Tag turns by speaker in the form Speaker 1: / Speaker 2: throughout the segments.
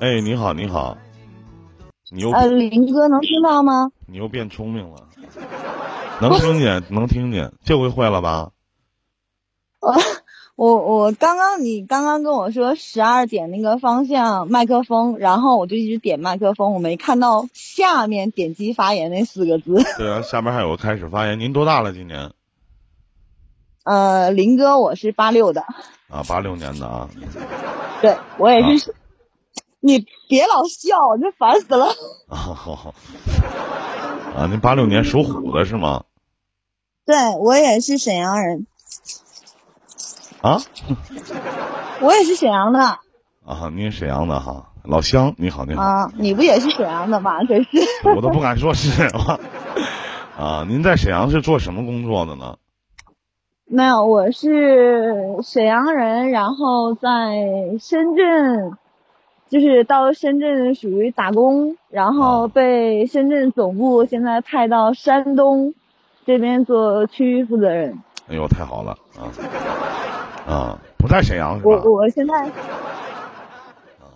Speaker 1: 哎，你好，你好，你又、
Speaker 2: 呃，林哥能听到吗？
Speaker 1: 你又变聪明了，能听见，能听见，这回会了吧？
Speaker 2: 我我我刚刚你刚刚跟我说十二点那个方向麦克风，然后我就一直点麦克风，我没看到下面点击发言那四个字。
Speaker 1: 对啊，下边还有个开始发言。您多大了？今年
Speaker 2: 呃，林哥，我是八六的，
Speaker 1: 啊，八六年的啊。
Speaker 2: 对我也是。你别老笑，你烦死了。
Speaker 1: 啊，好好。啊，您八六年属虎的是吗？
Speaker 2: 对我也是沈阳人，
Speaker 1: 啊
Speaker 2: 我也是沈阳的
Speaker 1: 啊，您沈阳的哈，老乡，你好，你好，
Speaker 2: 啊，你不也是沈阳的吗？真是。
Speaker 1: 我都不敢说是沈阳。啊，您在沈阳是做什么工作的呢？
Speaker 2: 没有，我是沈阳人，然后在深圳，就是到深圳属于打工，然
Speaker 1: 哦
Speaker 2: 后被深圳总部现在派到山东这边做区域负责人。
Speaker 1: 哎呦，太好了啊！啊，不在沈阳是吧
Speaker 2: 我？我现
Speaker 1: 啊
Speaker 2: 在，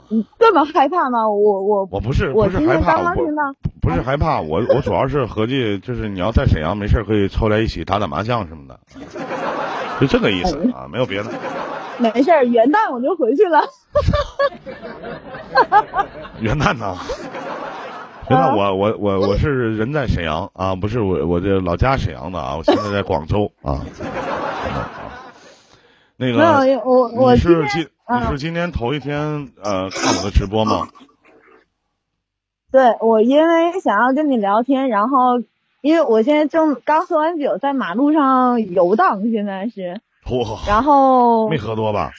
Speaker 2: 你这么害怕吗？我我
Speaker 1: 我不是，
Speaker 2: 我
Speaker 1: 不是
Speaker 2: 今
Speaker 1: 害
Speaker 2: 天
Speaker 1: 怕，
Speaker 2: 刚
Speaker 1: 我
Speaker 2: 刚听
Speaker 1: 不
Speaker 2: 到，
Speaker 1: 不是害怕，我我主要是合计，就是你要在沈阳没事儿可以凑在一起打打麻将什么的，就这个意思啊，没有别的。
Speaker 2: 没事儿，元旦我就回去了。
Speaker 1: 元旦呢？元旦我我我我是人在沈阳啊，不是我我这老家沈阳的啊，我现在在广州啊。那
Speaker 2: 没有，
Speaker 1: 个，
Speaker 2: 因为我我
Speaker 1: 你
Speaker 2: 今
Speaker 1: 是
Speaker 2: 天
Speaker 1: 今你
Speaker 2: 啊
Speaker 1: 是今天头一天呃看我的直播吗？
Speaker 2: 对我，因为想要跟你聊天，然后因为我现在正刚喝完酒，在马路上游荡，现在是，
Speaker 1: 嚯，
Speaker 2: 然后
Speaker 1: 没喝多吧？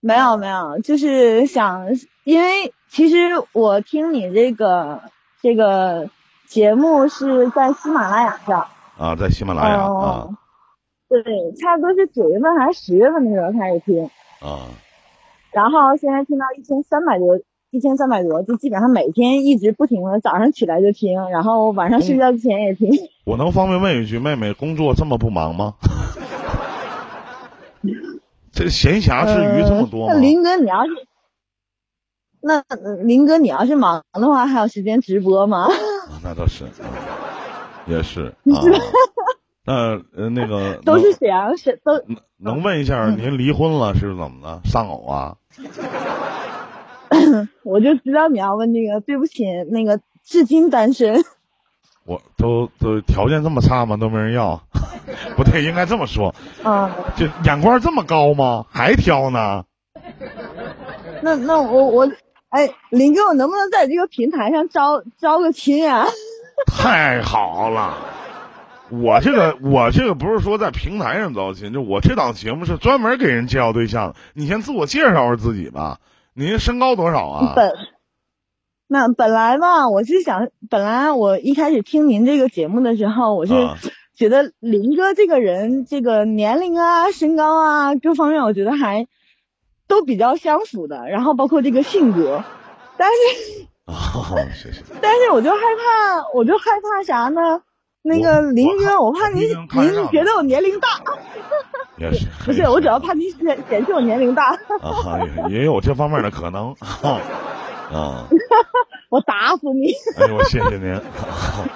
Speaker 2: 没有没有，就是想，因为其实我听你这个这个节目是在喜马拉雅上，
Speaker 1: 啊，在喜马拉雅啊
Speaker 2: 哦对，差不多是九月份还是十月份的时候开始听，
Speaker 1: 啊
Speaker 2: 然后现在听到一千三百多。一千三百多，就基本上每天一直不停的，早上起来就听，然后晚上
Speaker 1: 嗯
Speaker 2: 睡觉之前也听。
Speaker 1: 我能方便问一句，妹妹工作这么不忙 吗？这闲暇之余这么多吗
Speaker 2: 呃那？林哥，你要是那呃林哥，你要是忙的话，还有时间直播吗？
Speaker 1: 啊，那倒是，啊也是啊。 那呃那个
Speaker 2: 都
Speaker 1: 能
Speaker 2: 是嗯沈阳沈都
Speaker 1: 能能问一下您离婚了是怎么的？丧偶啊？
Speaker 2: 我就知道你要问这个，对不起，那个至今单身。
Speaker 1: 我都都条件这么差吗？都没人要？ 不对，应该这么说，
Speaker 2: 啊，
Speaker 1: 这眼光这么高吗？还挑呢？
Speaker 2: 那那我我哎，林哥，我能不能在这个平台上招招个亲啊？
Speaker 1: 太好了！我这个我这个不是说在平台上糟心，就我这档节目是专门给人介绍对象的。你先自我介绍下自己吧。您身高多少啊？
Speaker 2: 本那本来吧，我是想，本来我一开始听您这个节目的时候，我是
Speaker 1: 啊
Speaker 2: 觉得林哥这个人，这个年龄啊、身高啊各方面，我觉得还都比较相符的，然后包括这个性格。但是，
Speaker 1: 啊，谢谢。
Speaker 2: 但是我就害怕，我就害怕啥呢？那个
Speaker 1: 我
Speaker 2: 林哥，
Speaker 1: 我
Speaker 2: 我怕您
Speaker 1: 我听看上
Speaker 2: 您觉得我年龄大，
Speaker 1: 也是，
Speaker 2: 不是，我主要怕您显显示我年龄大，
Speaker 1: 啊，也也有这方面的可能 啊。啊
Speaker 2: 我打死 你！
Speaker 1: 哎呦，我谢谢您，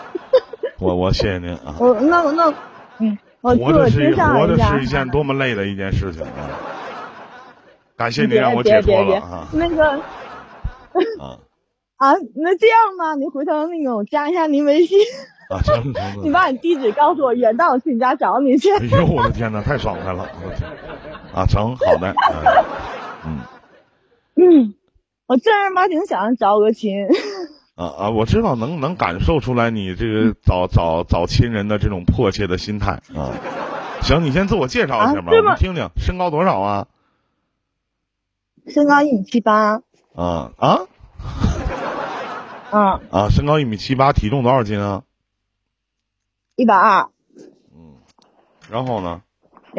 Speaker 1: 我我谢谢您啊！
Speaker 2: 我那我那，嗯，我自
Speaker 1: 活
Speaker 2: 我
Speaker 1: 着是
Speaker 2: 介
Speaker 1: 一
Speaker 2: 绍
Speaker 1: 活
Speaker 2: 一
Speaker 1: 着
Speaker 2: 下
Speaker 1: 是一。件多么累的一件事情啊！感谢您让我
Speaker 2: 别
Speaker 1: 解
Speaker 2: 别别
Speaker 1: 脱
Speaker 2: 别
Speaker 1: 了啊，
Speaker 2: 那个
Speaker 1: 啊
Speaker 2: 啊，那这样吧，你回头那个我加一下您 微信，
Speaker 1: 啊！行了行
Speaker 2: 你
Speaker 1: 了，
Speaker 2: 把你地址告诉我，远道我去你家找你去。
Speaker 1: 哎呦我的天哪，太爽快了！我的天，啊成，好的，哎嗯
Speaker 2: 嗯，我正儿八经想找个亲，
Speaker 1: 啊啊，我知道能能感受出来你这个找找找亲人的这种迫切的心态啊。行，你先自我介绍一下吧，
Speaker 2: 啊这
Speaker 1: 我
Speaker 2: 么
Speaker 1: 们听听身高多少啊？
Speaker 2: 身高一米七八，
Speaker 1: 啊啊
Speaker 2: 嗯，
Speaker 1: 啊，身高一米七八，体重多少斤啊？
Speaker 2: 一百二，
Speaker 1: 然后呢？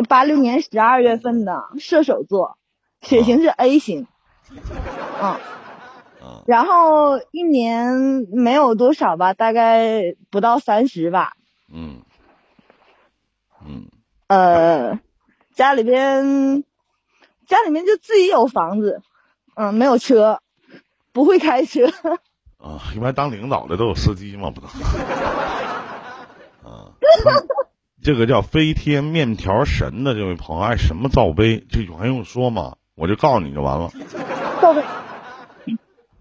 Speaker 2: 八六年十二月份的，射手座，血型是 A 型，嗯，
Speaker 1: 啊
Speaker 2: 然后一年没有多少吧，大概不到三十吧，
Speaker 1: 嗯，嗯，
Speaker 2: 呃，家里边家里面就自己有房子，嗯，没有车，不会开车。
Speaker 1: 啊，一般当领导的都有司机嘛，不能。啊， 这个叫飞天面条神的这位朋友，爱什么罩杯？这有还用说吗？我就告诉你就完了，
Speaker 2: 罩杯，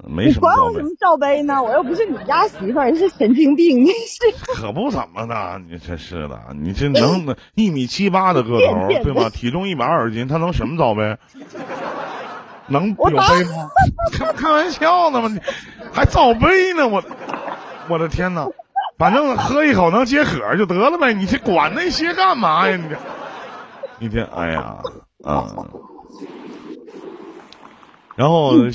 Speaker 1: 没
Speaker 2: 你
Speaker 1: 什么
Speaker 2: 管
Speaker 1: 罩
Speaker 2: 我
Speaker 1: 杯
Speaker 2: 什，么罩杯呢？我又不是你家媳妇儿，是神经病，你是
Speaker 1: 可不怎么的，你真是的，你这能一米七八的个头，
Speaker 2: 变变
Speaker 1: 对吧？体重一百二十斤，他能什么罩杯？能有
Speaker 2: 我把
Speaker 1: 杯吗？开开玩笑呢吗？你还罩杯呢？我的我的天哪！反正喝一口能解渴就得了呗，你这管那些干嘛呀？你这一天，哎呀啊！然后
Speaker 2: 林哥，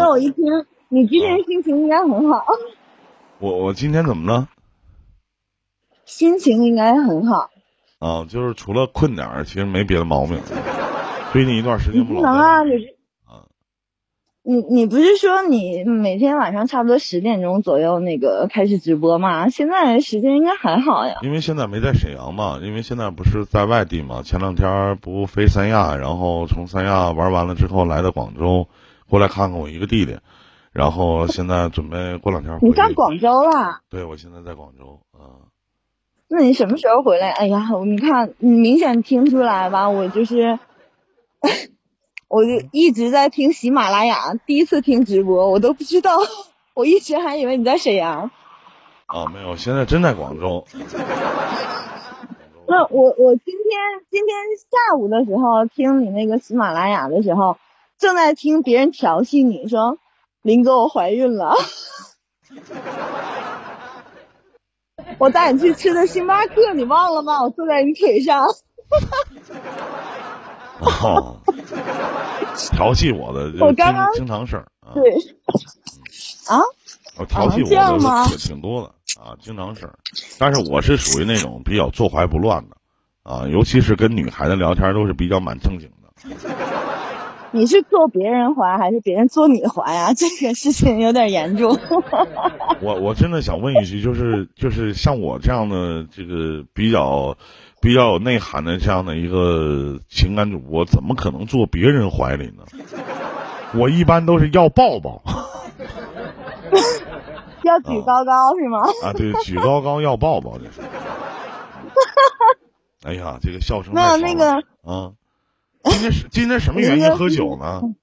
Speaker 1: 小
Speaker 2: 我一听你今天心情应该很好，
Speaker 1: 我我今天怎么了？
Speaker 2: 心情应该很好。
Speaker 1: 啊，就是除了困点儿，其实没别的毛病。最近一段时
Speaker 2: 你
Speaker 1: 间不
Speaker 2: 不
Speaker 1: 老
Speaker 2: 能啊，
Speaker 1: 在
Speaker 2: 你是
Speaker 1: 啊
Speaker 2: 你你不是说你每天晚上差不多十点钟左右那个开始直播吗？现在时间应该还好呀。
Speaker 1: 因为现在没在沈阳嘛，因为现在不是在外地嘛。前两天不飞三亚，然后从三亚玩完了之后来到广州，过来看看我一个弟弟，然后现在准备过两天回
Speaker 2: 你
Speaker 1: 去
Speaker 2: 上？广州啦？
Speaker 1: 对，我现在在广州啊。
Speaker 2: 那你什么时候回来？哎呀，我你看，你明显听出来吧？我就是， 我就一直在听喜马拉雅，第一次听直播，我都不知道，我一直还以为你在沈阳。
Speaker 1: 啊，没有，现在真在广州。
Speaker 2: 那我我今天今天下午的时候听你那个喜马拉雅的时候，正在听别人调戏你说，林哥我怀孕了，我带你去吃的星巴克你忘了吗？我坐在你腿上，
Speaker 1: 啊，调戏我的，
Speaker 2: 我刚刚
Speaker 1: 经经常事儿啊。
Speaker 2: 对，啊，
Speaker 1: 我哦调戏我
Speaker 2: 这样吗
Speaker 1: 的挺挺多的啊，经常事儿。但是我是属于那种比较坐怀不乱的啊，尤其是跟女孩子聊天都是比较蛮正经的。
Speaker 2: 你是坐别人怀还是别人坐你怀呀、这个事情有点严重。哦
Speaker 1: 我我真的想问一句，就是就是像我这样的这个比较比较有内涵的这样的一个情感主播，怎么可能坐别人怀里呢？我一般都是要抱抱
Speaker 2: 要举高高是吗？
Speaker 1: 啊，对，举高高要抱抱 这是。哎呀，这个笑声
Speaker 2: 那
Speaker 1: 太
Speaker 2: 那
Speaker 1: 爽了
Speaker 2: 个
Speaker 1: 啊，今天是今天什么原因喝酒呢？
Speaker 2: 嗯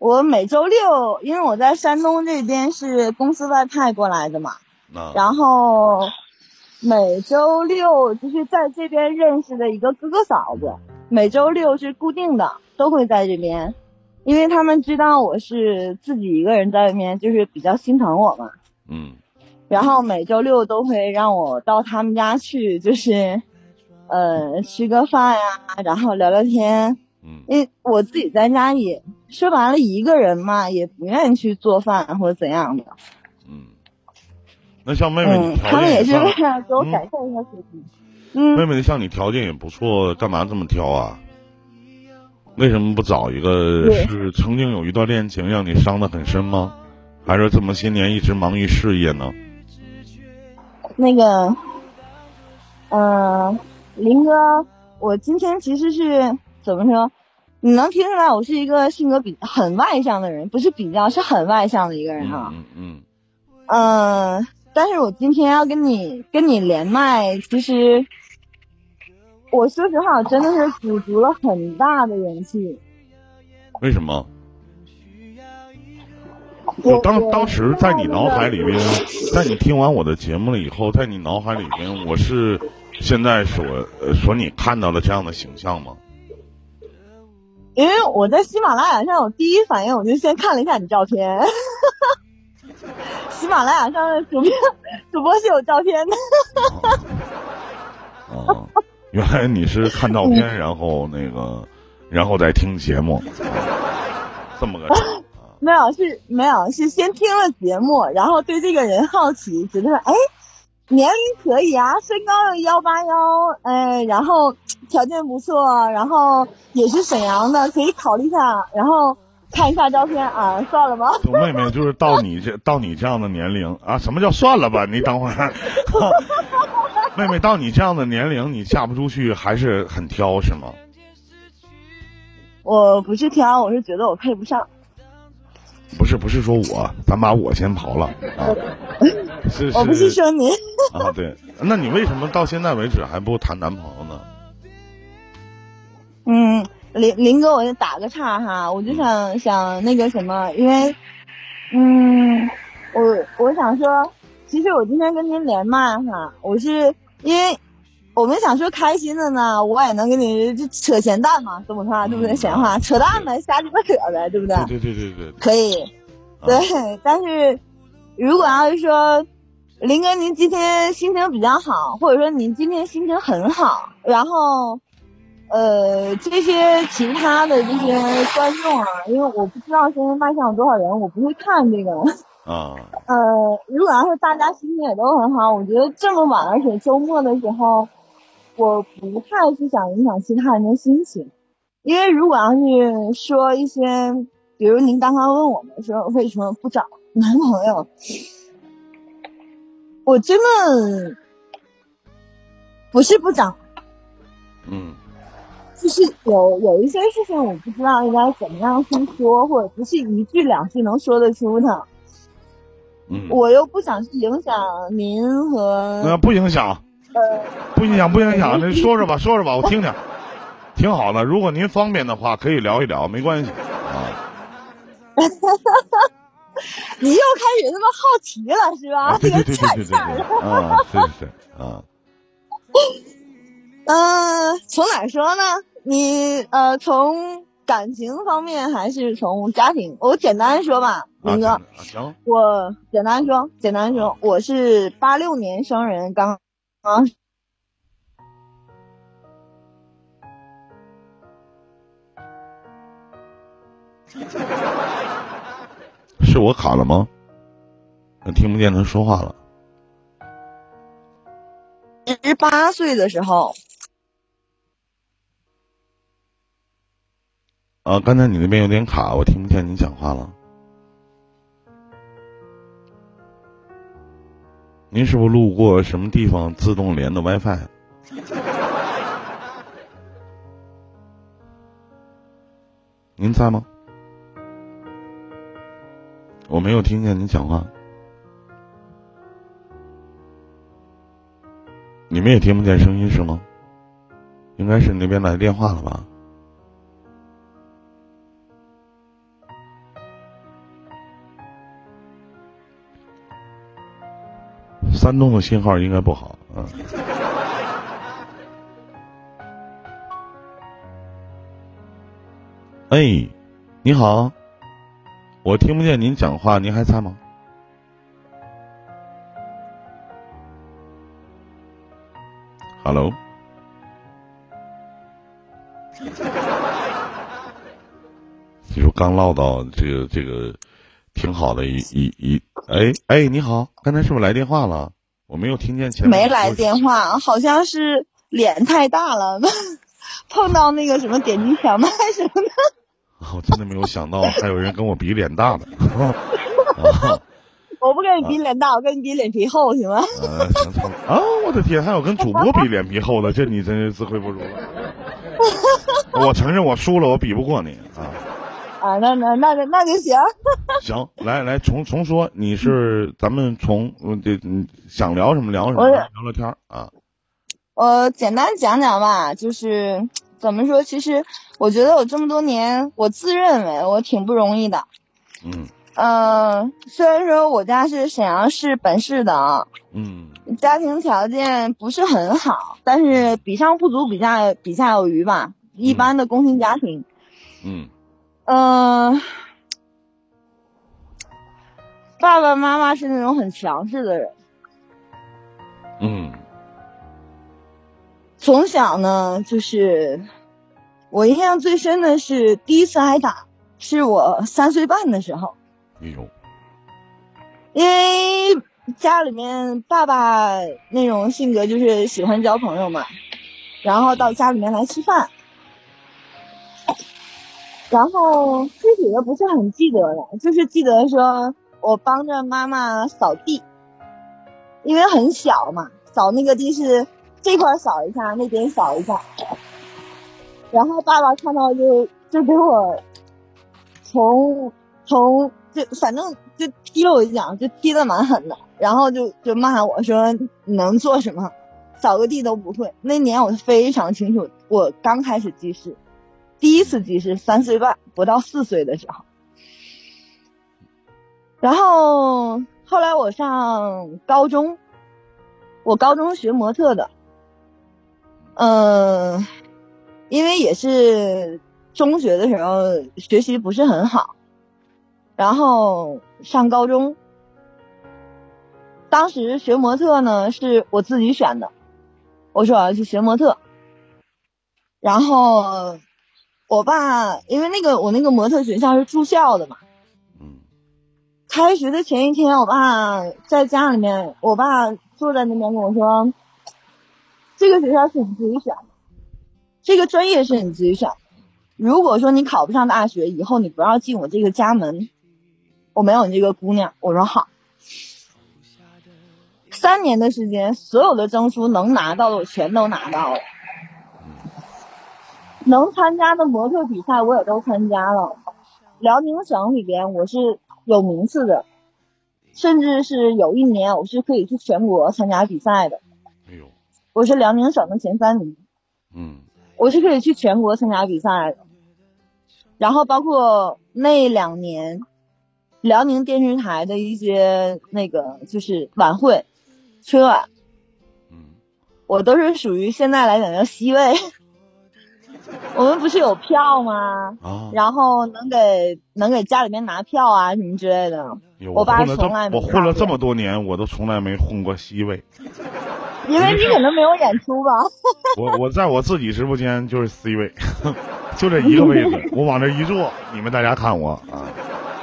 Speaker 2: 我每周六，因为我在山东这边是公司外派过来的嘛，
Speaker 1: 啊
Speaker 2: 然后每周六就是在这边认识的一个哥哥嫂子，每周六是固定的，都会在这边，因为他们知道我是自己一个人在外面，就是比较心疼我嘛。
Speaker 1: 嗯
Speaker 2: 然后每周六都会让我到他们家去，就是，呃，吃个饭呀、然后聊聊天。
Speaker 1: 嗯
Speaker 2: 因为我自己在家也说白了一个人嘛，也不愿意去做饭或者怎样的。
Speaker 1: 嗯。那像妹妹，
Speaker 2: 嗯
Speaker 1: 你，条
Speaker 2: 他们
Speaker 1: 件
Speaker 2: 也是
Speaker 1: 算
Speaker 2: 为了给我
Speaker 1: 嗯
Speaker 2: 改善一下学习。嗯
Speaker 1: 妹，妹像你条件也不错，干嘛这么挑啊？为什么不找一个
Speaker 2: 对
Speaker 1: 是曾经有一段恋情让你伤得很深吗？还是这么些年一直忙于事业呢？
Speaker 2: 那个，嗯，林哥，我今天其实是怎么说？你能听出来我是一个性格比很外向的人，不是比较，是很外向的一个人哈。
Speaker 1: 嗯嗯
Speaker 2: 嗯、但是我今天要跟你跟你连麦，其实我说实话，我真的是鼓足了很大的勇气。
Speaker 1: 嗯，为什么？
Speaker 2: 我
Speaker 1: 就当
Speaker 2: 我
Speaker 1: 当时在你脑海里
Speaker 2: 我
Speaker 1: 边，在你听完我的节目了以后，在你脑海里边，我是现在所呃所你看到的这样的形象吗？
Speaker 2: 因为我在喜马拉雅上，我第一反应我就先看了一下你照片。 喜马拉雅上的主播主播是有照片的，
Speaker 1: 啊，原来你是看照片，然后那个，然后再听节目，这么个事儿啊
Speaker 2: 没有是没有是先听了节目，然后对这个人好奇，觉得哎年龄可以啊，身高幺八幺，哎，然后条件不错，然后也是沈阳的，可以考虑一下，然后看一下照片啊，算了吧。
Speaker 1: 就妹妹，就是到你这到你这样的年龄啊，什么叫算了吧？你等会儿， 妹妹到你这样的年龄，你嫁不出去还是很挑是吗？
Speaker 2: 我不是挑，我是觉得我配不上。
Speaker 1: 不是不是说我，咱把我先刨了啊。是
Speaker 2: 我不是说你，
Speaker 1: 啊，对，那你为什么到现在为止还不谈男朋友呢？
Speaker 2: 嗯，林林哥，我就打个岔哈，我就想想那个什么，因为，嗯，我我想说，其实我今天跟您连麦哈，我是因为我们想说开心的呢，我也能跟你就扯闲蛋嘛，这么话对不对？
Speaker 1: 嗯
Speaker 2: 闲话扯淡呗，瞎鸡巴扯呗，对不对？
Speaker 1: 对对对对对。
Speaker 2: 可以，
Speaker 1: 啊
Speaker 2: 对，但是如果要是说林哥您今天心情比较好，或者说您今天心情很好，然后呃这些其他的这些观众啊，因为我不知道现在麦上有多少人，我不会看这个。
Speaker 1: 啊，
Speaker 2: 呃，如果要是大家心情也都很好，我觉得这么晚而且周末的时候，我不太去想影响其他人的心情，因为如果要是说一些，比如您刚刚问我们说为什么不找男朋友，我真的不是不找，
Speaker 1: 嗯
Speaker 2: 就是有有一些事情我不知道应该怎么样去说，或者不是一句两句能说得出的。
Speaker 1: 嗯，
Speaker 2: 我又不想去影响您
Speaker 1: 那
Speaker 2: 和
Speaker 1: 不影响，
Speaker 2: 呃，
Speaker 1: 不影响，不影响，那说 说吧，说说吧，我听听，挺好的。如果您方便的话，可以聊一聊，没关系啊。
Speaker 2: 你又开始那么好奇了是吧？
Speaker 1: 啊对
Speaker 2: 这
Speaker 1: 对
Speaker 2: 个
Speaker 1: 对
Speaker 2: 欠
Speaker 1: 对对对
Speaker 2: 欠儿，
Speaker 1: 对，啊，是是是啊，
Speaker 2: 嗯，从哪儿说呢？你呃，从感情方面还是从家庭？我简单说吧，
Speaker 1: 啊
Speaker 2: 明哥，
Speaker 1: 行行，
Speaker 2: 我简单说，简单说，我是八六年生人，刚刚
Speaker 1: 是我卡了吗？听不见他说话了。
Speaker 2: 十八岁的时候，
Speaker 1: 啊，刚才你那边有点卡，我听不见你讲话了。您是不是路过什么地方自动连的 WiFi？您在吗？我没有听见您讲话，你们也听不见声音是吗？应该是你那边来电话了吧？山东的信号应该不好，嗯。哎，你好，我听不见您讲话，您还在吗？Hello，你说刚唠叨这个这个挺好的一一一，哎哎，你好，刚才是不是来电话了？我没有听见前面
Speaker 2: 没
Speaker 1: 你
Speaker 2: 来
Speaker 1: 说
Speaker 2: 电话，好像是脸太大了， 碰到那个什么点击小麦什么的。
Speaker 1: 啊我真的没有想到还有人跟我比脸大的。啊，
Speaker 2: 我不跟你比脸大，我跟你比脸皮厚，行吗？
Speaker 1: 呃，行行啊，我的天，还有跟主播比脸皮厚的，这你真是自愧不如了。我承认我输了，我比不过你啊。
Speaker 2: 啊，那那那就那就行。
Speaker 1: 行，来来，重重说，你是咱们从嗯这嗯想聊什么聊什么，
Speaker 2: 我也
Speaker 1: 聊聊天儿啊。
Speaker 2: 我呃简单讲讲吧，就是怎么说，其实我觉得我这么多年，我自认为我挺不容易的。
Speaker 1: 嗯
Speaker 2: 呃，虽然说我家是沈阳市本市的啊，
Speaker 1: 嗯
Speaker 2: 家庭条件不是很好，但是比上不足，比下比下有余吧。一般的工薪家庭，
Speaker 1: 嗯
Speaker 2: 嗯，爸爸妈妈是那种很强势的人，
Speaker 1: 嗯
Speaker 2: 从小呢，就是我印象最深的是第一次挨打，是我三岁半的时候，
Speaker 1: 哎呦，
Speaker 2: 因为家里面爸爸那种性格就是喜欢交朋友嘛，然后到家里面来吃饭，然后具体的不是很记得了，就是记得说我帮着妈妈扫地，因为很小嘛，扫那个地是这块儿扫一下，那边扫一下，然后爸爸看到就就给我从从呃就反正就踢了我一脚，就踢的蛮狠的，然后就就骂我说你能做什么，扫个地都不会。那年我非常清楚，我刚开始记事，第一次记事三岁半，不到四岁的时候。然后后来我上高中，我高中学模特的，嗯、因为也是中学的时候学习不是很好，然后上高中，当时学模特呢是我自己选的，我说我要去学模特，然后我爸因为那个我那个模特学校是住校的嘛。
Speaker 1: 嗯
Speaker 2: 开学的前一天，我爸在家里面，我爸坐在那边跟我说：“这个学校是你自己选的，这个专业是你自己选的。如果说你考不上大学，以后你不要进我这个家门，我没有你这个姑娘。”我说好。三年的时间，所有的证书能拿到的我全都拿到了，
Speaker 1: 嗯
Speaker 2: 能参加的模特比赛我也都参加了。辽宁省里边我是有名次的，甚至是有一年我是可以去全国参加比赛的，
Speaker 1: 哎呦，
Speaker 2: 我是辽宁省的前三名，
Speaker 1: 嗯
Speaker 2: 我是可以去全国参加比赛的。然后包括那两年，辽宁电视台的一些那个就是晚会、春晚，
Speaker 1: 嗯，
Speaker 2: 我都是属于现在来讲叫 C 位。 我们不是有票吗？
Speaker 1: 啊，
Speaker 2: 然后能给能给家里面拿票啊什么之类的。
Speaker 1: 哎呦
Speaker 2: 我爸
Speaker 1: 混了这
Speaker 2: 从来没
Speaker 1: 我混了
Speaker 2: 拿
Speaker 1: 这么多年，我都从来没混过 C 位。
Speaker 2: 因为你可能没有演出吧？
Speaker 1: 我我在我自己直播间就是 C 位， 就这一个位置，我往这一坐，你们大家看我啊，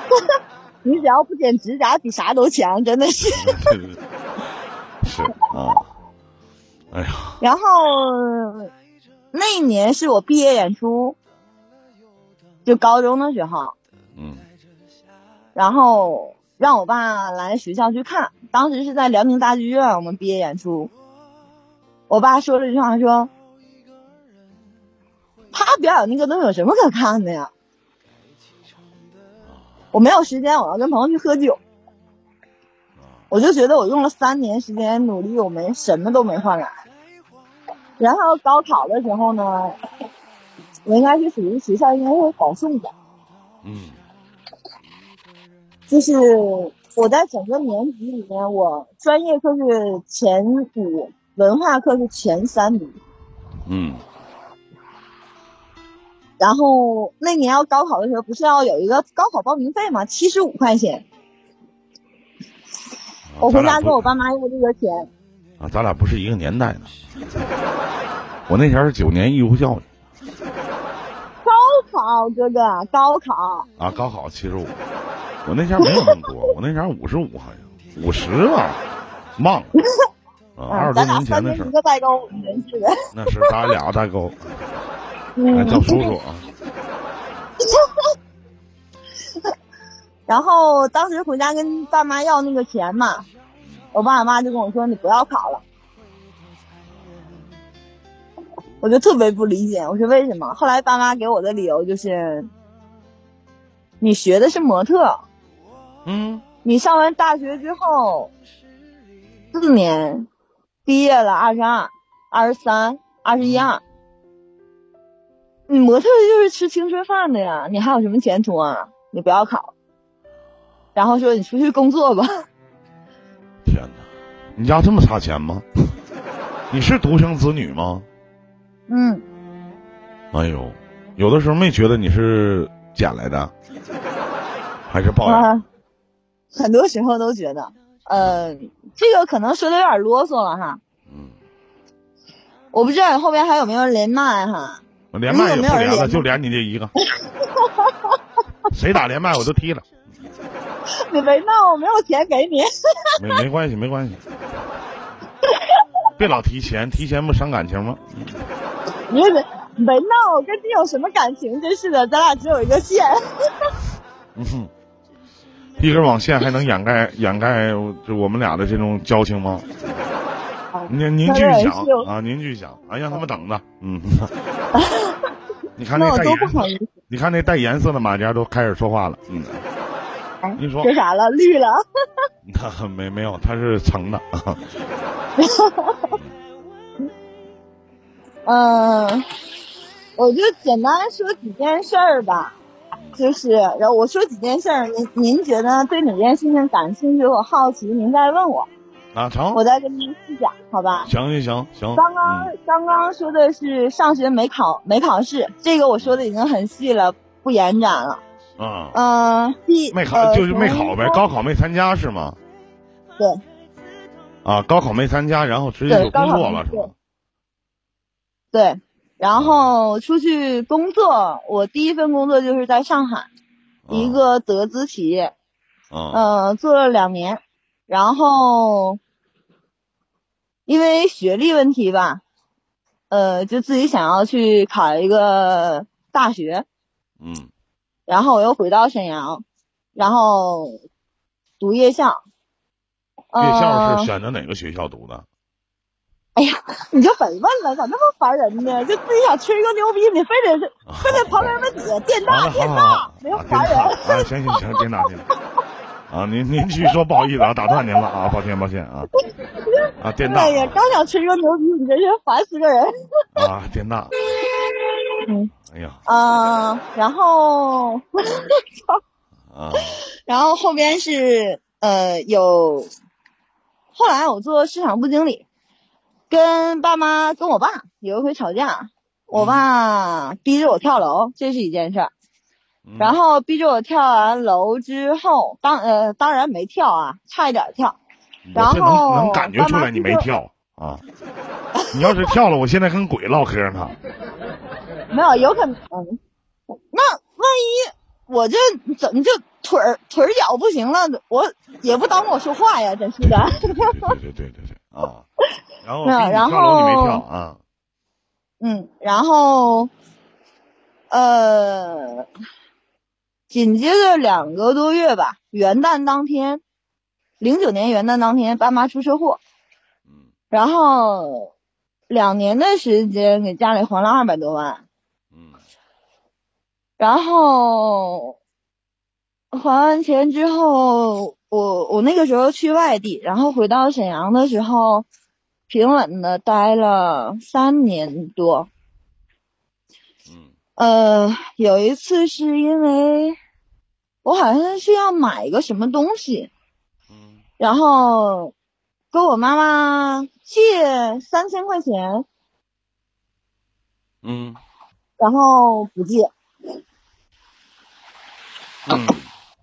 Speaker 2: 你只要不剪指甲，比啥都强，真的是。
Speaker 1: 是啊，哎呀，
Speaker 2: 然后那一年是我毕业演出，就高中的时候，
Speaker 1: 嗯
Speaker 2: 然后让我爸来学校去看，当时是在辽宁大剧院，我们毕业演出。我爸说了一句话说：“他表演那个东西有什么可看的呀？”我没有时间，我要跟朋友去喝酒。我就觉得我用了三年时间努力，我没什么都没换来。然后高考的时候呢，我应该是属于学校应该会保送的，
Speaker 1: 嗯
Speaker 2: 就是我在整个年级里面，我专业课是前五，文化课是前三名。
Speaker 1: 嗯
Speaker 2: 然后那年要高考的时候，不是要有一个高考报名费嘛，七十五块
Speaker 1: 啊
Speaker 2: 钱。我
Speaker 1: 咱
Speaker 2: 回
Speaker 1: 俩
Speaker 2: 家
Speaker 1: 不
Speaker 2: 跟我爸妈要这个钱，
Speaker 1: 啊，咱俩不是一个年代的，我那前是九年义务教育
Speaker 2: 高考哥哥，高考
Speaker 1: 啊，高考七十五，我那前没有那么多，我那前五十五好像五十吧，忘了 啊，二
Speaker 2: 啊，
Speaker 1: 十多
Speaker 2: 咱俩
Speaker 1: 年前
Speaker 2: 三
Speaker 1: 的
Speaker 2: 年
Speaker 1: 事儿
Speaker 2: 一，个代沟，真是的。
Speaker 1: 那是咱俩代沟，还
Speaker 2: 嗯，
Speaker 1: 叫叔叔啊，
Speaker 2: 然后当时回家跟爸妈要那个钱嘛，我爸我妈就跟我说你不要考了，我就特别不理解，我说为什么？后来爸妈给我的理由就是，你学的是模特，
Speaker 1: 嗯
Speaker 2: 你上完大学之后四年，毕业了二十二、二十三、二十一二，你模特就是吃青春饭的呀，你还有什么前途啊？你不要考，然后说你出去工作吧。
Speaker 1: 天哪，你家这么差钱吗？ 你是独生子女吗？
Speaker 2: 嗯，
Speaker 1: 哎呦，有的时候没觉得你是捡来的，还是抱怨？
Speaker 2: 啊，很多时候都觉得，呃，这个可能说的有点啰嗦了哈，
Speaker 1: 嗯，
Speaker 2: 我不知道你后边还有没有人连麦哈。
Speaker 1: 我连麦也不
Speaker 2: 没有人
Speaker 1: 连了，
Speaker 2: 连
Speaker 1: 就连你这一个。谁打连麦我就踢了，
Speaker 2: 你没闹，我没有钱给你。
Speaker 1: 没没关系，没关系。别老提钱，提钱不伤感情吗？
Speaker 2: 你没没闹，我跟你有什么感情？真是的，咱俩只有一个线。
Speaker 1: 嗯哼，一根网线还能掩盖 掩盖就我们俩的这种交情吗？您您继续讲
Speaker 2: 当然是
Speaker 1: 啊，您继续讲，啊，让他们等 着，嗯。你看
Speaker 2: 那
Speaker 1: 那
Speaker 2: 我
Speaker 1: 带
Speaker 2: 多不
Speaker 1: 颜色
Speaker 2: 好，意思。
Speaker 1: 你看那带颜色的马甲都开始说话了，嗯，
Speaker 2: 哎
Speaker 1: 你说
Speaker 2: 说啥了？绿了。
Speaker 1: 他没没有，他是橙的。
Speaker 2: 嗯，我就简单说几件事儿吧，就是，然后我说几件事儿，您您觉得对哪件事情感兴趣或好奇，您再问我，
Speaker 1: 啊，成，
Speaker 2: 我再跟您细讲，好吧？
Speaker 1: 行行行行。
Speaker 2: 刚刚
Speaker 1: 嗯
Speaker 2: 刚刚说的是上学没考没考试，这个我说的已经很细了，不延展了。
Speaker 1: 啊，
Speaker 2: 嗯、第
Speaker 1: 没考
Speaker 2: 呃
Speaker 1: 就是没考呗，
Speaker 2: 从
Speaker 1: 高考没参加是吗？
Speaker 2: 对。
Speaker 1: 啊，高考没参加，然后直接
Speaker 2: 对
Speaker 1: 就
Speaker 2: 高
Speaker 1: 工
Speaker 2: 考
Speaker 1: 作
Speaker 2: 没
Speaker 1: 了是
Speaker 2: 对
Speaker 1: 吗？
Speaker 2: 对，然后出去工作，我第一份工作就是在上海、
Speaker 1: 哦
Speaker 2: 一个德资企业，
Speaker 1: 啊
Speaker 2: 呃，做了两年，然后因为学历问题吧，呃，就自己想要去考一个大学，
Speaker 1: 嗯
Speaker 2: 然后我又回到沈阳，然后读夜校。
Speaker 1: 嗯，夜校是
Speaker 2: 呃，
Speaker 1: 选择哪个学校读的？
Speaker 2: 你就甭问了，咋那么烦人呢？就自己想吹个牛逼，你非得是
Speaker 1: 啊
Speaker 2: 非得旁边问你电
Speaker 1: 完
Speaker 2: 大
Speaker 1: 了，好
Speaker 2: 电
Speaker 1: 好
Speaker 2: 大
Speaker 1: 好，，
Speaker 2: 没有
Speaker 1: 啊，
Speaker 2: 烦人。
Speaker 1: 啊，行行行，电脑电脑。啊，您您继续说，不好意思啊，打断您了啊，抱歉抱歉啊。啊，电大
Speaker 2: 哎呀，刚想吹个牛逼，你这是烦死个人。
Speaker 1: 啊，电大。
Speaker 2: 嗯。
Speaker 1: 哎呀
Speaker 2: 嗯、然后。
Speaker 1: 啊
Speaker 2: 然后后边是呃有，后来啊我做市场部经理，跟爸妈跟我爸有一回吵架，我爸逼着我跳楼，这是一件事儿。
Speaker 1: 嗯
Speaker 2: 然后逼着我跳完楼之后，当呃当然没跳啊，差一点跳。然
Speaker 1: 我这能
Speaker 2: 后
Speaker 1: 能感觉出来你没跳啊！你要是跳了，我现在跟鬼唠嗑呢。
Speaker 2: 没有，有可能，嗯，那万一我这怎么就腿儿腿儿脚不行了，我也不当我说话呀，真是的。
Speaker 1: 对对对对对对啊！然后
Speaker 2: 没有
Speaker 1: 逼你
Speaker 2: 然后
Speaker 1: 跳楼你没跳啊？
Speaker 2: 嗯，然后，呃，紧接着两个多月吧，元旦当天，零九年元旦当天，爸妈出车祸，
Speaker 1: 嗯
Speaker 2: 然后两年的时间给家里还了二百多万，
Speaker 1: 嗯
Speaker 2: 然后还完钱之后，我我那个时候去外地，然后回到沈阳的时候，平稳的待了三年多，
Speaker 1: 嗯
Speaker 2: 呃，有一次是因为我好像是要买一个什么东西，
Speaker 1: 嗯
Speaker 2: 然后跟我妈妈借三千块钱，
Speaker 1: 嗯
Speaker 2: 然后不借，
Speaker 1: 嗯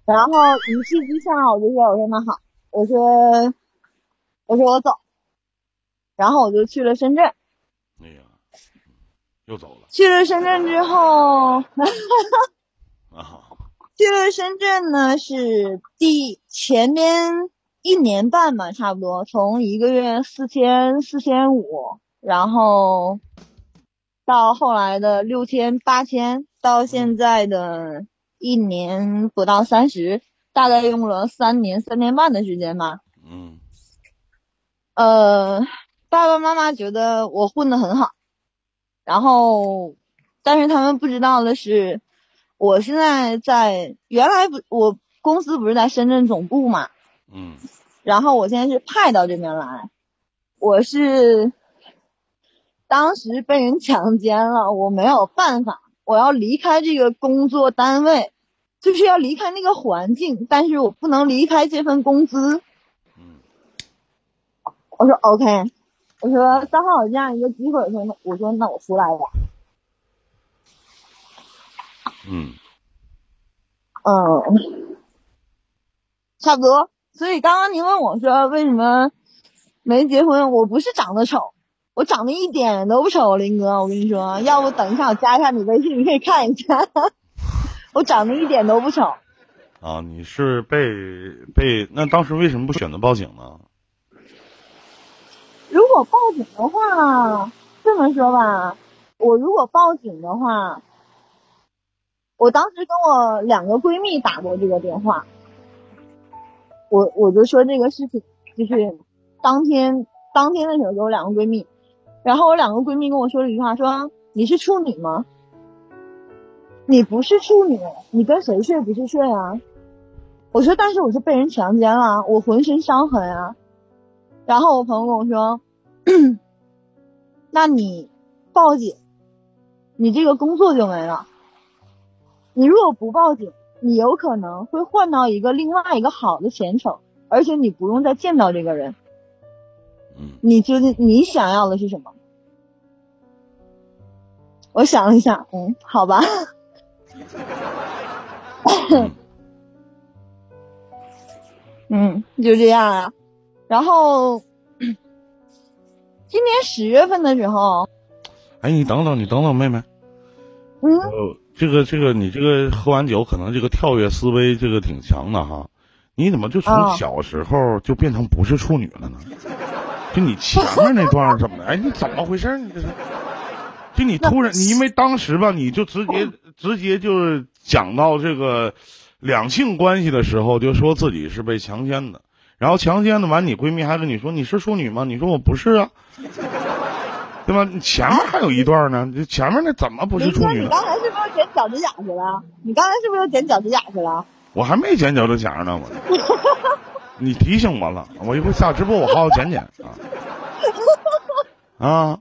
Speaker 2: 然后一气之下我就说我说那好，我说我说我走，然后我就去了深圳，
Speaker 1: 哎呀，又走了
Speaker 2: 去了深圳之后，
Speaker 1: 啊！
Speaker 2: 去了深圳呢是第前边一年半吧，差不多从一个月四千四千五，然后到后来的六千八千，到现在的一年不到三十，大概用了三年三年半的时间吧。
Speaker 1: 嗯
Speaker 2: 呃，爸爸妈妈觉得我混得很好，然后，但是他们不知道的是，我现在在原来不，我公司不是在深圳总部嘛，
Speaker 1: 嗯
Speaker 2: 然后我现在是派到这边来，我是当时被人强奸了，我没有办法，我要离开这个工作单位，就是要离开那个环境，但是我不能离开这份工资。
Speaker 1: 嗯
Speaker 2: 我说 OK，我说刚好有这样一个机会，我说那我说那我出来吧，
Speaker 1: 嗯
Speaker 2: 嗯，差不多。所以刚刚您问我说为什么没结婚，我不是长得丑，我长得一点都不丑，林哥，我跟你说，要不等一下我加一下你微信，你可以看一下， 我长得一点都不丑。
Speaker 1: 啊！你是被被那当时为什么不选择报警呢？
Speaker 2: 如果报警的话，这么说吧，我如果报警的话，我当时跟我两个闺蜜打过这个电话，我我就说这个事情，就是当天当天的时候给我两个闺蜜，然后我两个闺蜜跟我说了一句话，说你是处女吗？你不是处女，你跟谁睡不是睡啊？我我说，但是我是被人强奸了，我浑身伤痕啊。然后我朋友跟我说，那你报警，你这个工作就没了。你如果不报警，你有可能会换到一个另外一个好的前程，而且你不用再见到这个人。
Speaker 1: 嗯，
Speaker 2: 你究竟你想要的是什么？我想了一下，嗯，好吧。
Speaker 1: 嗯
Speaker 2: 嗯，就这样啊。然后 今年十月份的时候，
Speaker 1: 哎，你等等，你等等，妹妹，
Speaker 2: 嗯，
Speaker 1: 呃，这个这个，你这个喝完酒可能这个跳跃思维这个挺强的哈，你怎么就从
Speaker 2: 哦
Speaker 1: 小时候就变成不是处女了呢？就你前面那段儿怎么的？哎，你怎么回事儿？你这是？就你突然，你因为当时吧，你就直接直接就是讲到这个两性关系的时候，就说自己是被强奸的，然后强奸的完，你闺蜜还跟你说你是处女吗？你说我不是啊， 对吧？你前面还有一段呢，就前面那怎么不是
Speaker 2: 林
Speaker 1: 处
Speaker 2: 哥，
Speaker 1: 女
Speaker 2: 你
Speaker 1: 呢？
Speaker 2: 刚才是不是剪脚趾甲去了？你刚才是不是又剪脚趾甲去了？
Speaker 1: 我还没剪脚趾甲呢，我。你提醒我了，我一会儿下直播我好好剪剪 啊。啊，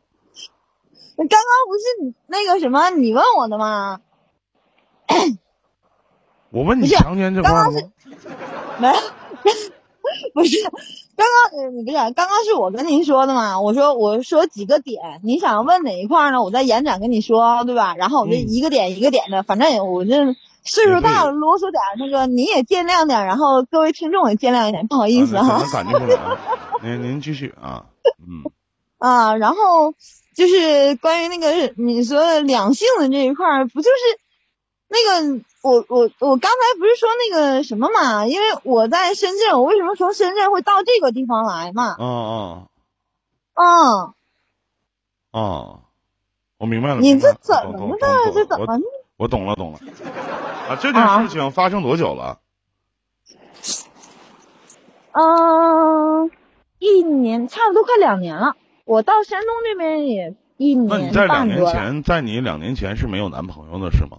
Speaker 2: 你刚刚不是你那个什么，你问我的吗？
Speaker 1: 我问你
Speaker 2: 不是
Speaker 1: 强奸这块儿
Speaker 2: 刚刚
Speaker 1: 吗？
Speaker 2: 没， 不是，刚刚呃你不是刚刚是我跟您说的嘛？我说我说几个点，你想问哪一块儿呢？我再延展跟你说，对吧？然后我就
Speaker 1: 嗯
Speaker 2: 一个点一个点的，反正也我这岁数大了啰嗦点儿，那个你也见谅点儿，然后各位听众也见谅一点，不好意思
Speaker 1: 啊
Speaker 2: 哈、
Speaker 1: 那可能感觉不来啊。您您继续啊，嗯
Speaker 2: 啊，然后就是关于那个你说的两性的这一块儿，不就是那个我我我刚才不是说那个什么嘛？因为我在深圳，我为什么从深圳会到这个地方来嘛？
Speaker 1: 啊啊
Speaker 2: 嗯，
Speaker 1: 啊，我明白了。
Speaker 2: 你
Speaker 1: 嗯明白
Speaker 2: 这
Speaker 1: 了
Speaker 2: 怎
Speaker 1: 懂
Speaker 2: 么
Speaker 1: 懂
Speaker 2: 的？
Speaker 1: 懂
Speaker 2: 这
Speaker 1: 懂
Speaker 2: 怎
Speaker 1: 我
Speaker 2: 么？
Speaker 1: 我懂了懂了。啊，这件事情发生多久了？
Speaker 2: 嗯，啊一年差不多快两年了。我到山东这边也一
Speaker 1: 那你
Speaker 2: 年
Speaker 1: 在两
Speaker 2: 嗯半
Speaker 1: 年
Speaker 2: 多了。
Speaker 1: 前，在你两年前是没有男朋友的是吗？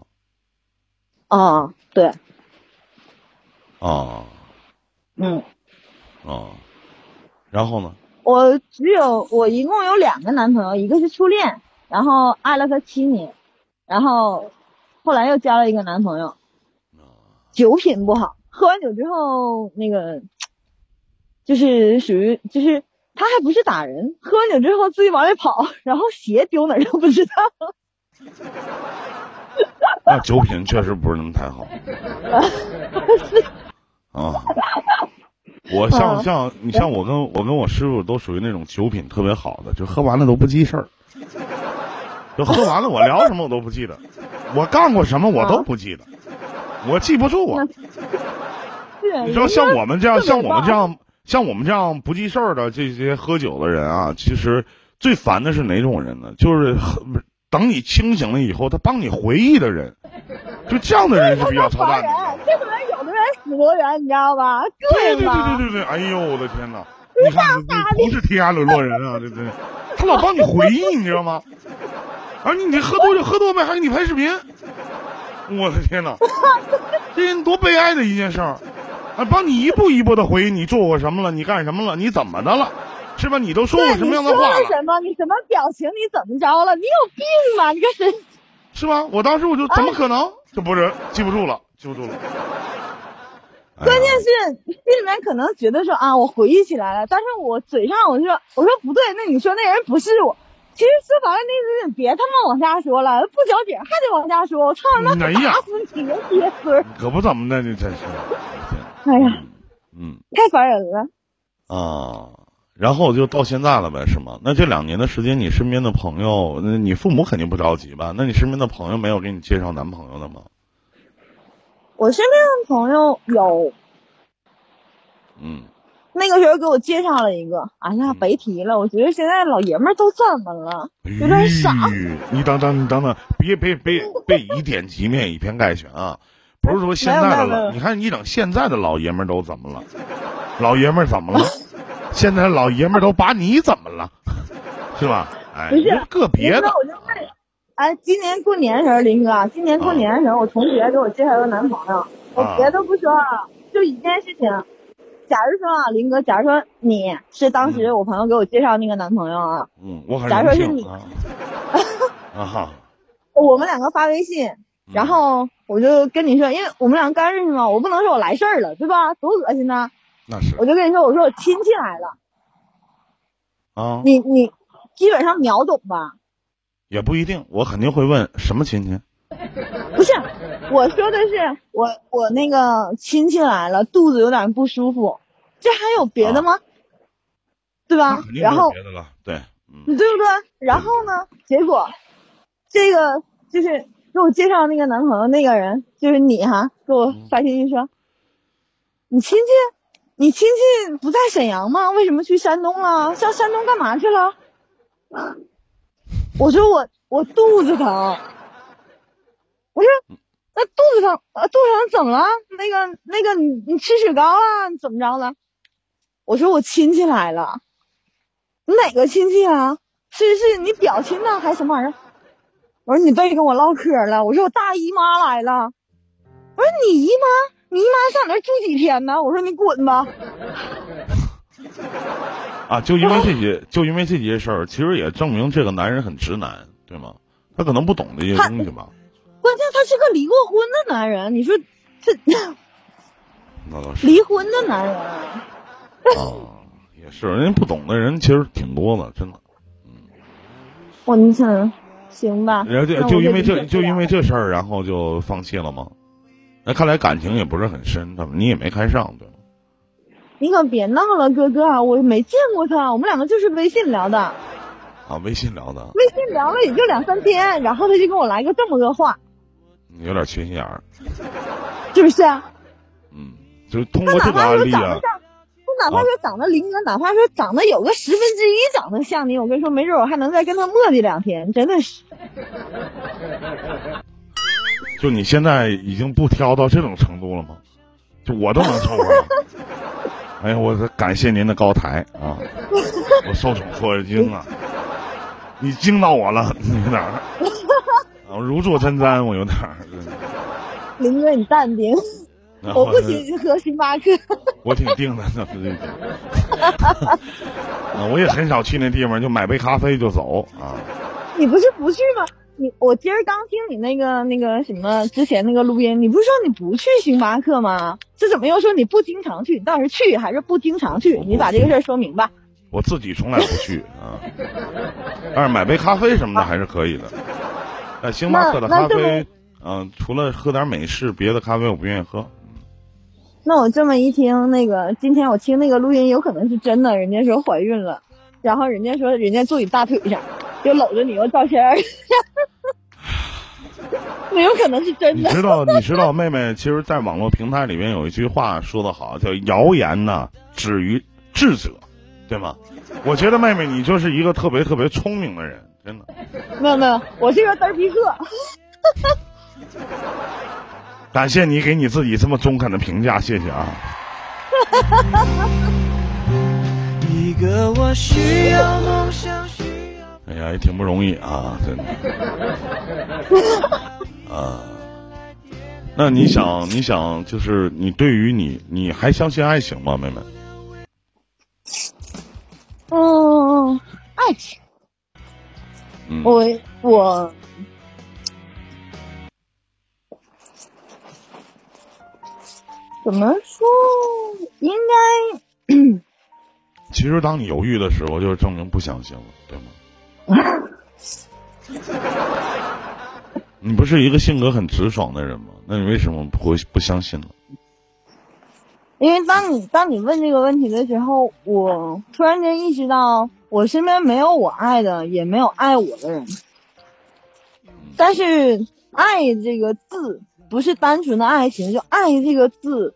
Speaker 2: 啊，对，
Speaker 1: 啊
Speaker 2: 嗯，
Speaker 1: 啊，然后呢？
Speaker 2: 我只有我一共有两个男朋友，一个是初恋，然后爱了他七年，然后后来又交了一个男朋友，
Speaker 1: 啊
Speaker 2: 酒品不好，喝完酒之后那个就是属于就是他还不是打人，喝完酒之后自己往外跑，然后鞋丢哪儿都不知道。
Speaker 1: 那酒品确实不是那么太好。啊，我像
Speaker 2: 嗯
Speaker 1: 像你像我跟我跟我师傅都属于那种酒品特别好的，就喝完了都不记事儿，就喝完了我聊什么我都不记得，我干过什么我都不记得，我记不住啊。
Speaker 2: 对，
Speaker 1: 你说像我们这样，
Speaker 2: 特别
Speaker 1: 像我们
Speaker 2: 棒
Speaker 1: 这样，像我们这样不记事儿的这些喝酒的人啊，其实最烦的是哪种人呢？就是喝不是等你清醒了以后，他帮你回忆的人，就这样的人是比较操蛋的。
Speaker 2: 人，这可能有的人死活人，你知道吧？
Speaker 1: 对对
Speaker 2: 吧？
Speaker 1: 对对对，哎呦我的天哪！你看你你不是天涯沦落人啊，对不对？他老帮你回忆，你知道吗？而你这喝多就喝多呗，还给你拍视频，我的天哪！ 这人多悲哀的一件事儿，啊，帮你一步一步的回忆你做过什么了，你干什么了，你怎么的了，是吧？你都说过什么样的话
Speaker 2: 你说
Speaker 1: 了
Speaker 2: 了，什么？你什么表情？你怎么着了？你有病吧？你个神经！
Speaker 1: 是吧？我当时我就怎
Speaker 2: 啊
Speaker 1: 么可能？这不是记不住了，记不住了。哎呀
Speaker 2: 关键是心里面可能觉得说啊，我回忆起来了，但是我嘴上我就说，我说不对，那你说那人不是我。其实说白了，那意思是别他妈往下说了，不交警还得往下说，我操他妈
Speaker 1: 哎呀
Speaker 2: 打死你个鳖孙儿！
Speaker 1: 可不怎么的，这真是。
Speaker 2: 哎呀，，
Speaker 1: 嗯。
Speaker 2: 太烦人了。
Speaker 1: 啊，然后就到现在了呗，是吗？那这两年的时间，你身边的朋友，那你父母肯定不着急吧？那你身边的朋友没有给你介绍男朋友的吗？
Speaker 2: 我身边的朋友有
Speaker 1: 嗯，
Speaker 2: 那个时候给我介绍了一个，哎呀，别提了，我觉得现在老爷们儿都怎么了？有点傻
Speaker 1: 咦哎你等等，你等等，别别别别以点及面，以偏概全啊！不是说现在的
Speaker 2: 没有没有没
Speaker 1: 了，
Speaker 2: 有
Speaker 1: 你看你等现在的老爷们儿都怎么了？老爷们儿怎么了？现在老爷们儿都把你怎么了？是吧？哎，
Speaker 2: 不是
Speaker 1: 个别
Speaker 2: 那
Speaker 1: 的
Speaker 2: 我就问，哎，今年过啊
Speaker 1: 啊
Speaker 2: 年的时候，林哥，今年过年的时候，我同学给我介绍个男朋友，我别的不说了，就就一件事情，假如说啊，林哥，假如说你是当时我朋友给我介绍那个男朋友啊，
Speaker 1: 嗯，我很
Speaker 2: 假如
Speaker 1: 荣
Speaker 2: 说是
Speaker 1: 幸
Speaker 2: 你
Speaker 1: 啊。啊哈，
Speaker 2: 我们两个发微信，
Speaker 1: 嗯
Speaker 2: 然后我就跟你说，因为我们两个刚认识嘛，我不能说我来事儿了，对吧？多恶心呐！
Speaker 1: 那是
Speaker 2: 我就跟你说，我说我亲戚来了，
Speaker 1: 啊，
Speaker 2: 你你基本上秒懂吧？
Speaker 1: 也不一定，我肯定会问什么亲戚。
Speaker 2: 不是，我说的是我我那个亲戚来了，肚子有点不舒服，这还有别的吗？对
Speaker 1: 啊那
Speaker 2: 吧
Speaker 1: 肯？定
Speaker 2: 啊然
Speaker 1: 没有
Speaker 2: 后
Speaker 1: 别的了，对，嗯
Speaker 2: 你对不对？然后呢？结果，这个就是给我介绍那个男朋友那个人，就是你哈，给我发信息说，你亲戚，你亲戚不在沈阳吗？为什么去山东了？上山东干嘛去了？我说我我肚子疼，我说那肚子疼，呃，肚子疼怎么了？那个那个你你吃雪糕了？怎么着了？我说我亲戚来了。你哪个亲戚啊？是是你表亲呢，还是什么玩意儿？我说你别跟我唠嗑了，我说我大姨妈来了。我说你姨妈，你姨妈上你那儿住几天呢？我说你滚吧。
Speaker 1: 啊，就因为这些，就因为这些事儿，其实也证明这个男人很直男，对吗？他可能不懂这些
Speaker 2: 他
Speaker 1: 东西吧。
Speaker 2: 关键他是个离过婚的男人，你说这
Speaker 1: 那倒是
Speaker 2: 离婚的男人，
Speaker 1: 啊，也是，人家不懂的人其实挺多的，真的。
Speaker 2: 我你想行吧？
Speaker 1: 然后就
Speaker 2: 啊那我
Speaker 1: 就因为
Speaker 2: 理解
Speaker 1: 这
Speaker 2: 不
Speaker 1: 就因
Speaker 2: 了
Speaker 1: 为
Speaker 2: 了
Speaker 1: 这事儿，然后就放弃了吗？那看来感情也不是很深，他们你也没看上，对吗？
Speaker 2: 你可别闹了，哥哥啊，我没见过他，我们两个就是微信聊的，
Speaker 1: 啊，微信聊的，
Speaker 2: 微信聊了也就两三天，然后他就跟我来个这么个话，
Speaker 1: 你有点缺心眼儿，
Speaker 2: 是不是啊？
Speaker 1: 嗯，就是通
Speaker 2: 他
Speaker 1: 过
Speaker 2: 哪
Speaker 1: 这个
Speaker 2: 怕
Speaker 1: 案
Speaker 2: 说
Speaker 1: 例
Speaker 2: 长
Speaker 1: 啊
Speaker 2: 得，像，他哪怕说长得林哥，哪怕说长得有个十分之一长得像你，我跟你说，没准我还能再跟他磨叽两天，真的是。
Speaker 1: 就你现在已经不挑到这种程度了吗？就我都能凑合 了。哎呀，我感谢您的高抬啊！我受宠若惊啊！你惊到我了，你有点儿，啊如坐针毡，我有点儿。
Speaker 2: 林哥，你淡定，
Speaker 1: 然后
Speaker 2: 我不请你喝星巴克。
Speaker 1: 我挺定的，那是这个。啊，我也很少去那地方，就买杯咖啡就走啊。
Speaker 2: 你不是不去吗？你我今儿刚听你那个那个什么之前那个录音，你不是说你不去星巴克吗？这怎么又说你不经常去？你到底是去还是不经常去？你把这个事儿说明白。
Speaker 1: 我自己从来不去啊，但是买杯咖啡什么的还是可以的。但星巴克的
Speaker 2: 啊那
Speaker 1: 咖
Speaker 2: 那这么
Speaker 1: 啡，嗯、除了喝点美式，别的咖啡我不愿意喝。
Speaker 2: 那我这么一听，那个今天我听那个录音，有可能是真的，人家说怀孕了，然后人家说人家坐你大腿上，又搂着你又照片儿， 那有可能是 真
Speaker 1: 你
Speaker 2: 的。
Speaker 1: 知道，你知道，妹妹，其实，在网络平台里面有一句话说得好，叫“谣言呢止于智者”，对吗？我觉得妹妹你就是一个特别特别聪明的人，真的。
Speaker 2: 没有没有，我是个嘚儿逼客，
Speaker 1: 感谢你给你自己这么中肯的评价，谢谢啊。
Speaker 3: 一个我需要梦想，需要
Speaker 1: 哎呀，也挺不容易啊， 真的。啊，那你想，你想，就是你对于你，你还相信爱情吗，妹妹？
Speaker 2: 嗯，爱情，
Speaker 1: 嗯，
Speaker 2: 我我怎么说，应该
Speaker 1: 其实当你犹豫的时候，就证明不相信了，对吗？你不是一个性格很直爽的人吗？那你为什么不会不相信呢？
Speaker 2: 因为当你当你问这个问题的时候，我突然间意识到，我身边没有我爱的，也没有爱我的人。但是“爱”这个字不是单纯的爱情，就“爱”这个字，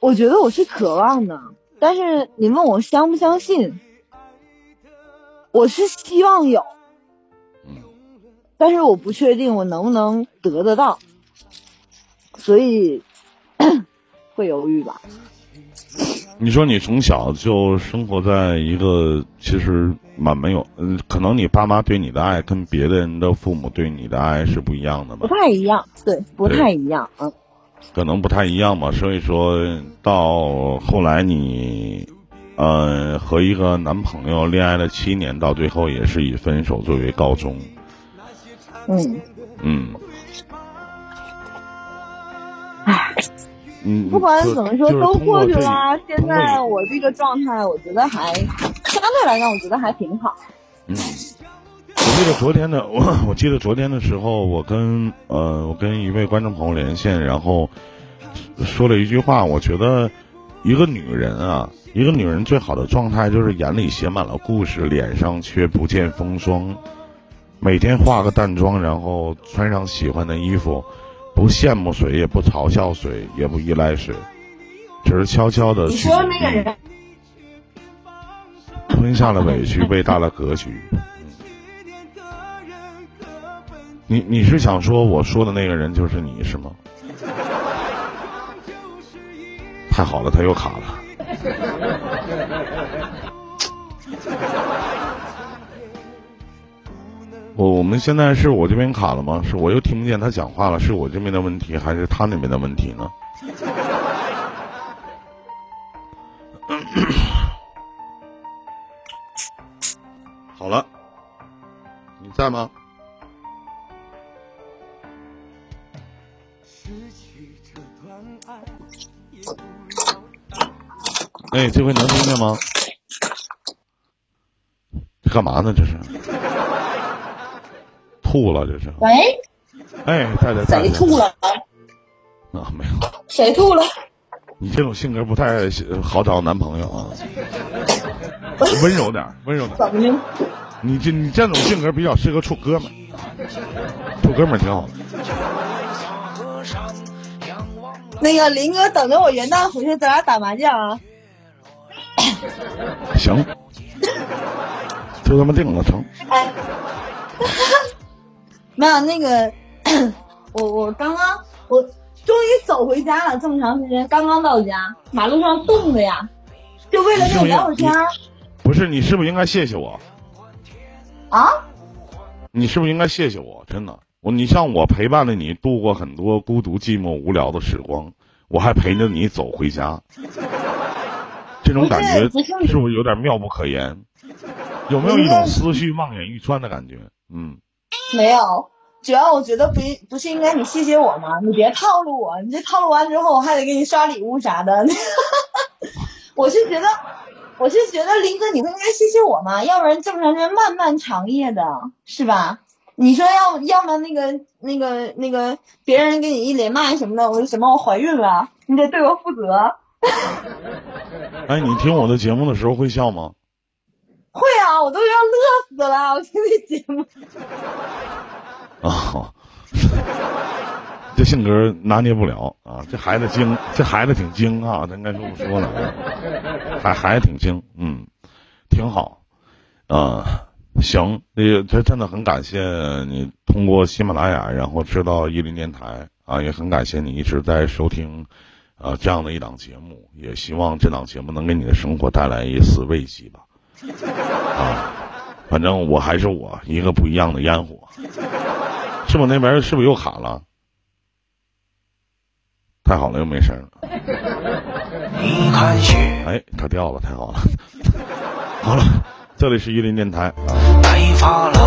Speaker 2: 我觉得我是渴望的。但是你问我相不相信，我是希望有，
Speaker 1: 嗯，
Speaker 2: 但是我不确定我能不能得得到，所以会犹豫吧。
Speaker 1: 你说你从小就生活在一个其实蛮没有，嗯，可能你爸妈对你的爱跟别的人的父母对你的爱是不一样的吧
Speaker 2: 不？太一样，对，不太一样，嗯，
Speaker 1: 可能不太一样吧，所以说到后来你，呃，和一个男朋友恋爱了七年，到最后也是以分手作为告终。
Speaker 2: 嗯，
Speaker 1: 嗯，
Speaker 2: 唉，
Speaker 1: 嗯，
Speaker 2: 不管怎么说
Speaker 1: 就是
Speaker 2: 都
Speaker 1: 通过
Speaker 2: 过去
Speaker 1: 这
Speaker 2: 啦。
Speaker 1: 通
Speaker 2: 现
Speaker 1: 过
Speaker 2: 在我这个状态，我觉得还相对来讲，我觉得还挺好。
Speaker 1: 嗯，我记得昨天的我，我记得昨天的时候，我跟呃，我跟一位观众朋友连线，然后说了一句话，我觉得一个女人啊，一个女人最好的状态就是眼里写满了故事，脸上却不见风霜，每天化个淡妆，然后穿上喜欢的衣服，不羡慕谁，也不嘲笑谁，也不依赖谁，只是悄悄嗯的
Speaker 2: 你说那个人，
Speaker 1: 吞下了委屈，喂大了格局。你你是想说我说的那个人就是你是吗？太好了，他又卡了。我我们现在是我这边卡了吗？是我又听不见他讲话了？是我这边的问题还是他那边的问题呢？好了，你在吗？哎，这回能听见吗？这干嘛呢？这是吐了，这是。
Speaker 2: 喂，
Speaker 1: 哎，在在在。
Speaker 2: 谁吐？了？
Speaker 1: 啊，没有。
Speaker 2: 谁吐了？
Speaker 1: 你这种性格不太呃好找男朋友啊。温柔点儿，温柔点儿。
Speaker 2: 怎么了？
Speaker 1: 你这你这种性格比较适合处哥们儿，处哥们儿挺好的。
Speaker 2: 那个林哥，等着我元旦回去，咱俩打麻将啊！
Speaker 1: 行，就这么定了，成。
Speaker 2: 哎， 没有那个， 我我刚刚我终于走回家了，这么长时间，刚刚到家，马路上冻的呀，就为了跟你聊会儿天儿
Speaker 1: 不是，你是不是应该谢谢我？
Speaker 2: 啊！
Speaker 1: 你是不是应该谢谢我？真的，我你像我陪伴了你度过很多孤独、寂寞、无聊的时光，我还陪着你走回家，这种感觉
Speaker 2: 不是不是
Speaker 1: 是不是有点妙不可言？有没有一种思绪望眼欲穿的感觉？嗯，
Speaker 2: 没有，主要我觉得不应不是应该你谢谢我吗？你别套路我，你这套路完之后，我还得给你刷礼物啥的。 我是觉得，我是觉得林哥，你不应该谢谢我吗？要不然这么长时间漫漫长夜的，是吧？你说要要么那个那个那个别人给你一连麦什么的，我说什么我怀孕了，你得对我负责。
Speaker 1: 哎，你听我的节目的时候会笑吗？
Speaker 2: 会啊，我都要乐死了，我听你节目。
Speaker 1: 啊、 好这性格拿捏不了啊，这孩子精，这孩子挺精啊，咱该说不说了，啊还孩子挺精，嗯，挺好，啊、行，那个这真的很感谢你通过喜马拉雅，然后知道伊林电台啊，也很感谢你一直在收听，啊这样的一档节目，也希望这档节目能给你的生活带来一丝慰藉吧，啊，反正我还是我，一个不一样的烟火。是我那边是不是又卡了？太好了，又没声了。
Speaker 3: 你看雪
Speaker 1: 哎，它 掉了，太好了。好了，这里是伊林电台啊。
Speaker 3: 白发了。